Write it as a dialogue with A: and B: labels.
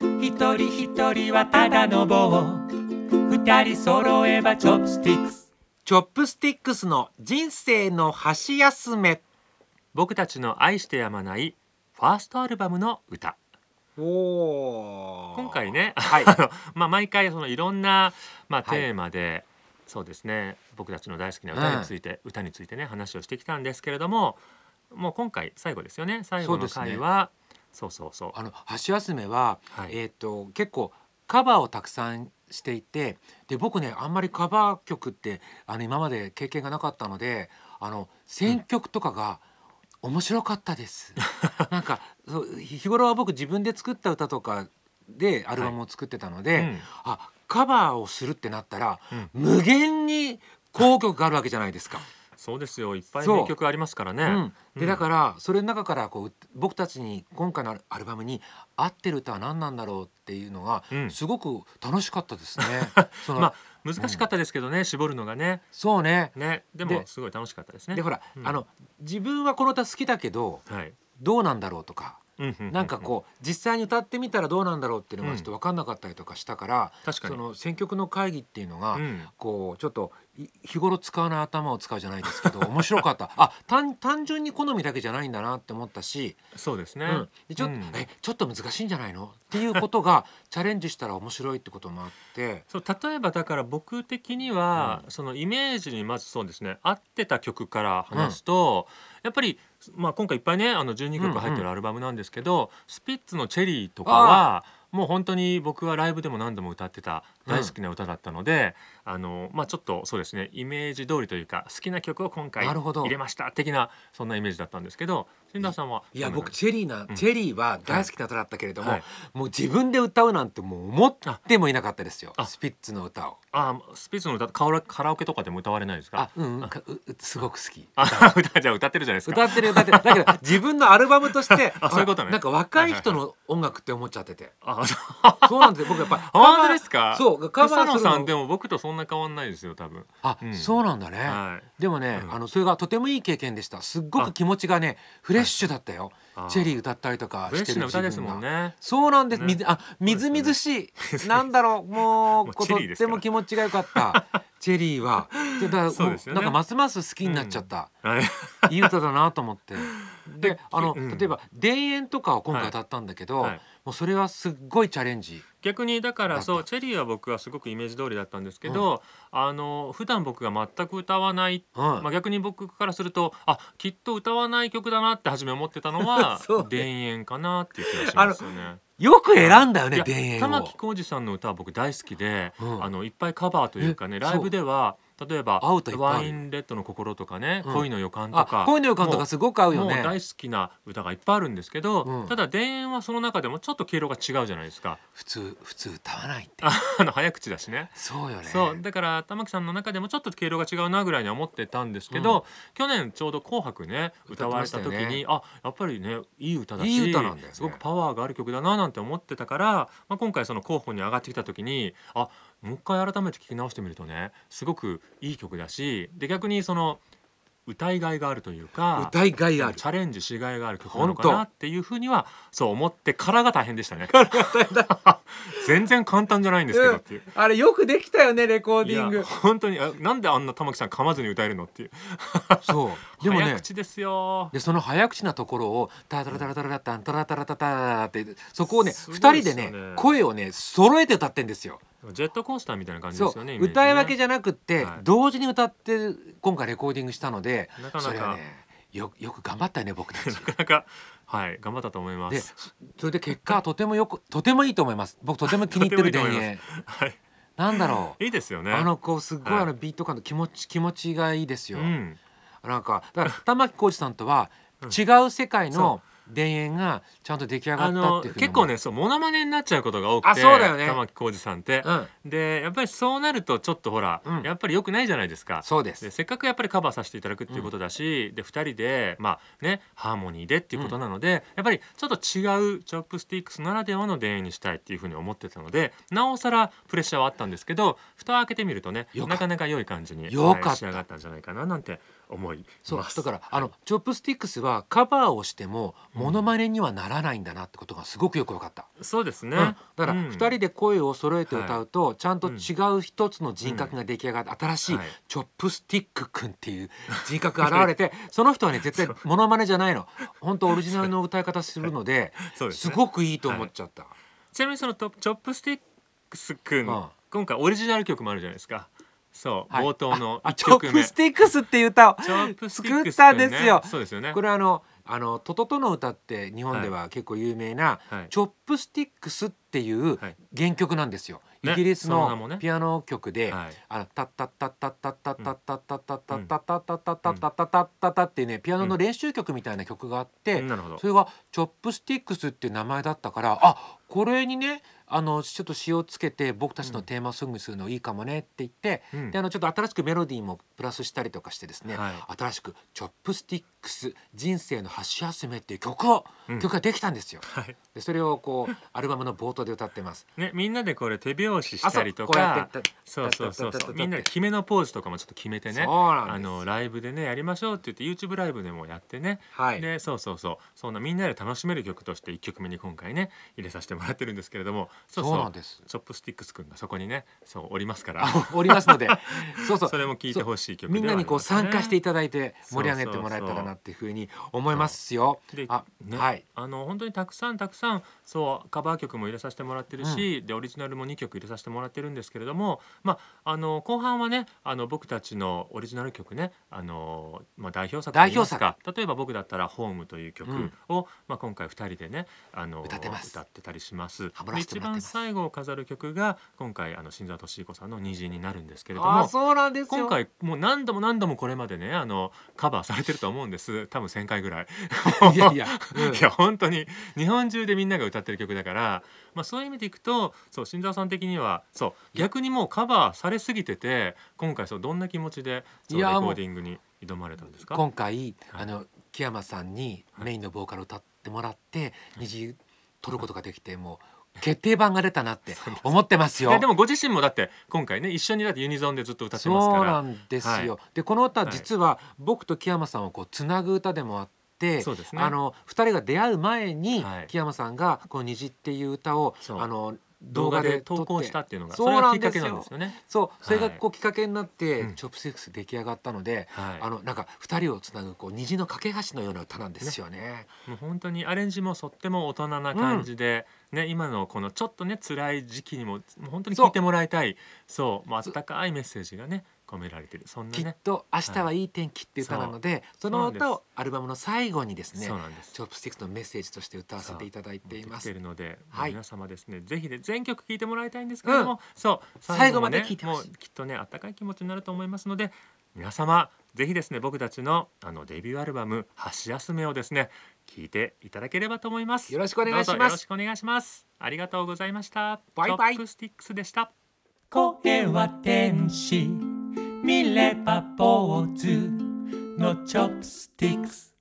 A: 一人一人はただの棒二人揃えばチョップスティックス
B: チョップスティックスの人生の箸休め
A: 僕たちの愛してやまないファーストアルバムの歌
B: お
A: 今回ね
B: はい
A: あの まあ毎回そのいろんなまあ
B: はい
A: テーマで、そうですね僕たちの大好きな歌について、歌についてね話をしてきたんですけれどももう今回最後ですよね最後の
B: そうです
A: 回
B: ね
A: はそう,、そうそう
B: あの箸休めは、
A: はい
B: えっ、と結構カバーをたくさんしていてで僕ねあんまりカバー曲ってあの今まで経験がなかったのであの選曲とかが面白かった です、なんかそう日頃は僕自分で作った歌とかでアルバムを作ってたので、
A: うん
B: あカバーをするってなったら、
A: うん
B: 無限に好曲があるわけじゃないですか。
A: そうですよいっぱい
B: そう
A: 名曲ありますからね、
B: うん、で
A: うん
B: だからそれの中からこう僕たちに今回のアルバムに合ってる歌は何なんだろうっていうのが
A: うん
B: すごく楽しかったで すね。その
A: まあ難しかったですけどね、絞るのがね
B: そうね
A: ねでも
B: です
A: ごい楽しかったですね
B: でほら、
A: うん
B: あの自分はこの歌好きだけど
A: はい、
B: どうなんだろうとか
A: ううう
B: なんかこう実際に歌ってみたらどうなんだろうっていう
A: う
B: のが
A: ん
B: ちょっと分かんなかったりとかしたから、
A: 確かに
B: その選曲の会議っていうのが、
A: うん
B: こうちょっとい日頃使わない頭を使うじゃないですけ ど面白かったあ単単純に好みだけじゃないんだなって思ったし、
A: そうですね、
B: うん、でちょっと、
A: うん
B: えちょっと難しいんじゃないのっていうことがチャレンジしたら面白いってこともあって
A: そう例えばだから僕的には、そのイメージにまずそうですね合ってた曲から話すと、やっぱり、まあ、今回いっぱいねあの12曲入って
B: うんう
A: るアルバムなんですけど、スピッツの「チェリー」とかはもう本当に僕はライブでも何度も歌ってた大好きな歌だったので、あのまあ、ちょっとそうですねイメージ通りというか好きな曲を今回
B: なるほど
A: 入れました的なそんなイメージだったんですけど千田さんはい
B: や
A: どんな
B: 僕
A: 感じ
B: チェリーな、
A: うん
B: チェリーは大好きな歌だったけれども、
A: はい
B: もう自分で歌うなんてもう思ってもいなかったですよ
A: あ
B: スピッツの歌を。
A: あスピッツの歌カラカラオケとかでも歌われないですか
B: あ、うんうん、かううすごく好き。
A: あ歌じゃあ歌ってるじゃないですか。
B: 歌ってる歌ってるだけど自分のアルバムとして
A: あそういうことね
B: なんか若い人の音楽って思っちゃってて、
A: あそう
B: そうなんですよ僕やっぱり
A: 本当ですか
B: そうカバ
A: 草野
B: ーするの
A: さんでも僕とそんな変わんないですよ多分
B: あ、
A: うん
B: そうなんだね、
A: はい
B: でもね、
A: うん
B: あのそれがとてもいい経験でしたすっご
A: あ
B: く気持ちがねフレッシュだったよ
A: あ
B: チェリー歌ったりとか
A: フレ
B: し
A: ッ
B: て
A: シュな
B: る自
A: 歌
B: 分
A: ですもん
B: が
A: ね
B: そうなんです、
A: ね
B: みずあみずみずしいなんだろう
A: も
B: もう
A: う
B: こ
A: チ
B: と
A: ェリーです
B: って
A: から
B: も気持ちが良かったチェリ ーはでだからも
A: そうですよね
B: なんかますます好きになっちゃった、
A: はい
B: いい歌だなと思って。で、あの、
A: うん
B: 例えば田園とかを今回歌ったんだけど、
A: はいはい
B: もうそれはすっごいチャレンジ。
A: 逆にだからそ
B: な
A: うチェリーは僕はすごくイメージ通りだったんですけど、あの普段僕が全く歌わない、
B: うん、
A: まあ、逆に僕からするとあきっと歌わない曲だなって初め思ってたのは
B: そうね
A: 田園かなっていう気がしますよね。
B: よく選んだよ
A: い
B: ね
A: や
B: 田園
A: 玉
B: を
A: 置。浩二さんの歌は僕大好きで、
B: うん
A: あのいっぱいカバーというかね
B: え
A: ライブでは例えば
B: 合う歌いっぱいある
A: ワインレッドの心とかね、
B: うん
A: 恋の予感と
B: あ
A: か、
B: 恋の予感とかすごく合うよ
A: もう大
B: ね。
A: 好きな歌がいっぱいあるんですけど、
B: うん
A: ただ田園はその中でもちょっと毛色が違うじゃないですか
B: 普通普通歌わないって。
A: あの早口だしね。
B: そうよね。
A: そうだから玉木さんの中でもちょっと毛色が違うなぐらいには思ってたんですけど、去年ちょうど「紅白ね」歌われた時
B: 歌ってました
A: に
B: よ
A: あやっぱりねいい歌だし
B: いい歌なんだよね
A: すごくパワーがある曲だななんて思ってたから、まあ、今回その候補に上がってきた時にあもう一回改めて聴き直してみるとねすごくいい曲だしで逆にその歌いがいがあるというか
B: 歌いがいある
A: チ。ャレンジしがいがある曲なのかなっていうふうにはそう思ってからが大変でしたね 全然簡単じゃないんですけどっていう。
B: あれよくできたよねレコ
A: い
B: ー
A: や本当にあなんであんな玉木さん噛まずに歌えるのっていう
B: そう。でも
A: 早
B: ね。
A: 口ですよ
B: でその早口なところをタラタラタラタラタンタラタラタラタラってそこをね
A: すご
B: 二
A: いで
B: 人
A: す
B: で
A: よね
B: ね声をね揃えて歌ってんですよ。
A: ジェットコースターみたいな感じで
B: そ
A: す
B: う、
A: よね
B: 歌い分け
A: じ
B: じゃなくって、
A: はい
B: 同時に歌って今回レコーディングしたので
A: なかなか
B: それはねよよく頑張ったよね僕たち
A: なかなかはい頑張ったと思いま
B: ですそれで結果はとてもよくとてもいいと思います僕とても気に入ってる田
A: とてもいいと思
B: 園
A: はい
B: なんだろ
A: いいですよ
B: う
A: ね
B: あのこうすっごい
A: はい
B: あのビート感の気持ち気持ちがいいです
A: う
B: よ、
A: ん
B: なんか だから玉置浩二さんとは
A: うん
B: 違う世界の田園がちゃんと出来上が
A: あ
B: ったっ
A: の
B: ていうふうに
A: 結
B: 思う
A: 構ねそうモノマネになっちゃうことが多くて
B: あそうだよね
A: 玉置浩二さんって、
B: うん
A: でやっぱりそうなるとちょっとほら、
B: うん
A: やっぱり良くないじゃないですか
B: そうです
A: でせっかくやっぱりカバーさせていただくっていうことだし、で2人でまあねハーモニーでっていうことなので、やっぱりちょっと違うチョップスティックスならではの田園にしたいっていうふうに思ってたのでなおさらプレッシャーはあったんですけど蓋を開けてみるとね
B: よかっ
A: なかなか良い感じに
B: よかった
A: はい仕上がったんじゃないかななんて思い
B: そう
A: ます
B: だからあのチョップスティックスはカバーをしてもモノマネにはならないんだなってことがすごくよく分かった、
A: そうですね、
B: うんだから
A: うん
B: 2人で声を揃えて歌うと、ちゃんと違う一つの人格が出来上がって、新しい
A: はい
B: チョップスティック君っていう人格が現れ てその人はね絶対モノマネじゃないの本当オリジナルの歌い方するので
A: そうです
B: す
A: ね
B: ごくいいと思っちゃった。
A: ちなみにそのトチョップスティックスくん、
B: うん
A: 今回オリジナル曲もあるじゃないですかそう、
B: はい
A: 冒頭の
B: ああ
A: 一
B: チョ
A: 曲
B: ッ
A: 目
B: プスティックスっていう歌を
A: チョップスティッ
B: 作
A: ク
B: っ
A: スく
B: た
A: ん
B: ん
A: ね
B: ですよ。
A: そうですよね
B: これあのあのトトトの歌って日本では結構有名な
A: はい
B: チョップスティックスっていう
A: はい
B: 原曲なんですよ。
A: ね
B: イギリス
A: その名もね
B: のピアノ曲で、
A: はい
B: あのタッタッタッタッタッタッタッタッタッタッタッタッタッタッタッタッタッタッタッタッタっていうねピアノの練習曲みたいな曲があって、
A: なるほど
B: それがチョップスティックスっていう名前だったからあこれにねあのちょっと詞をつけて僕たちのテーマソングにするのいいかもねって言って、
A: うん
B: であのちょっと新しくメロディーもプラスしたりとかしてですね、
A: は
B: 新しく「チョップスティックス人生の箸休め」っていう曲を、
A: うん
B: 曲ができたんですよ。
A: はい
B: でそれをこうアルバムの冒頭で歌ってます。
A: ね、みんなでこれ手拍子し
B: あそ
A: た
B: う
A: りと
B: こうや
A: か
B: って
A: そうそうそう
B: たた
A: そ
B: たたた
A: うみんなで決めのポーズとかもちょっと決めてね
B: そうな
A: あ
B: んです
A: のライブでねやりましょうって言って YouTube ライブでもやってね、
B: はい、
A: でそうそうそうそんなみんなで楽しめる曲として1曲目に今回ね入れさせてもらってるんですけれどもそう
B: そう
A: そ
B: なん
A: う
B: です。
A: チョップスティックスくんがそこにねそうおりますから
B: あ おります のでそうそう
A: それも聞いてほしい曲で
B: みん
A: は
B: な
A: あ
B: に
A: り
B: こ
A: ま
B: う
A: すね
B: 参加していただいて盛り上げてもらえたらなっていうふうに思いますよ。
A: で
B: あ
A: ね
B: はい
A: あの本当にたくさんたくさんそうカバー曲も入れさせてもらってるし、でオリジナルも2曲入れさせてもらってるんですけれども、まあ、あの後半はねあの僕たちのオリジナル曲ねあの、まあ、代表作といいます
B: 代
A: か例えば僕だったら「ホームという曲
B: うん
A: を、まあ、今回2人でねあの
B: 歌ってます
A: 歌ってたりします。
B: ハモらせて
A: 一
B: もら
A: 番
B: ってます
A: 最後を飾る曲が今回あの新沢敏彦さんの「虹」になるんですけれど
B: あ
A: も
B: ー。そうなんですよ。
A: 今回もう何度も何度もこれまでねあのカバーされてると思うんです多分1,000回ぐらい。
B: いや いや、うん
A: いや本当に日本中でみんなが歌ってる曲だから、まあ、そういう意味でいくとそう新沢さん的にはそう逆にもうカバーされすぎてて今回そうどんな気持ちでそう
B: い
A: レ
B: や
A: コ
B: ーもう
A: ーディングに挑まれたんですか
B: 今回
A: はい
B: あの木山さんに
A: はい
B: メインのボーカルを歌ってもらって虹取ることができてもう決定版が出たなっ て
A: そうです
B: 思ってますよ
A: で。でもご自身もだって今回ね一緒にだってユニゾンでずっと歌ってます
B: そう
A: か
B: なんですよ。でこの歌
A: はい
B: 実は僕と木山さんをこうつなぐ歌でもあって
A: ら。そうですね
B: あの2人が出会う前に
A: はい
B: 木山さんが「この虹」っていう歌を
A: そう
B: あの動
A: 動
B: 画
A: 画
B: で
A: で
B: 撮
A: 投
B: っ
A: 稿
B: て
A: したっていうのが
B: そ
A: そうれ
B: な
A: が
B: ん
A: きっか
B: ですよ
A: けなんですよね。
B: そうそれがこうきっかけになって
A: うん
B: 「チョップスティックス」出来上がったので
A: はい
B: あのなんか2人をつなぐこう虹の架け橋のような歌なんですよね。
A: もう本当にアレンジもとっても大人な感じで、ね、今のこのちょっとね辛い時期にももう本当に聞いてもらいたいそうもう温かいメッセージがね込められてるそんな
B: きっ
A: ね
B: と明日はいい天気っていう歌なので、その歌をアルバムの最後にですね
A: そうなんです
B: チョップスティックスのメッセージとして歌わせていただいてい
A: 持ってき
B: ま
A: て
B: す
A: るので、
B: はい
A: 皆様ですねぜひで全曲聴いてもらいたいんですけれども、
B: う
A: そう
B: 最後まで
A: ね
B: 聞いてほしい
A: もうきっとね温かい気持ちになると思いますので皆様ぜひですね僕たちのあのデビューアルバム「箸休め」をですね聴いていただければと思います
B: よろしくお願いし
A: ど
B: ます
A: うぞよろしくお願いしますありがとうございました
B: バイバイ
A: トップスティックスでした
C: 声は天使見れば坊主のチョップスティックス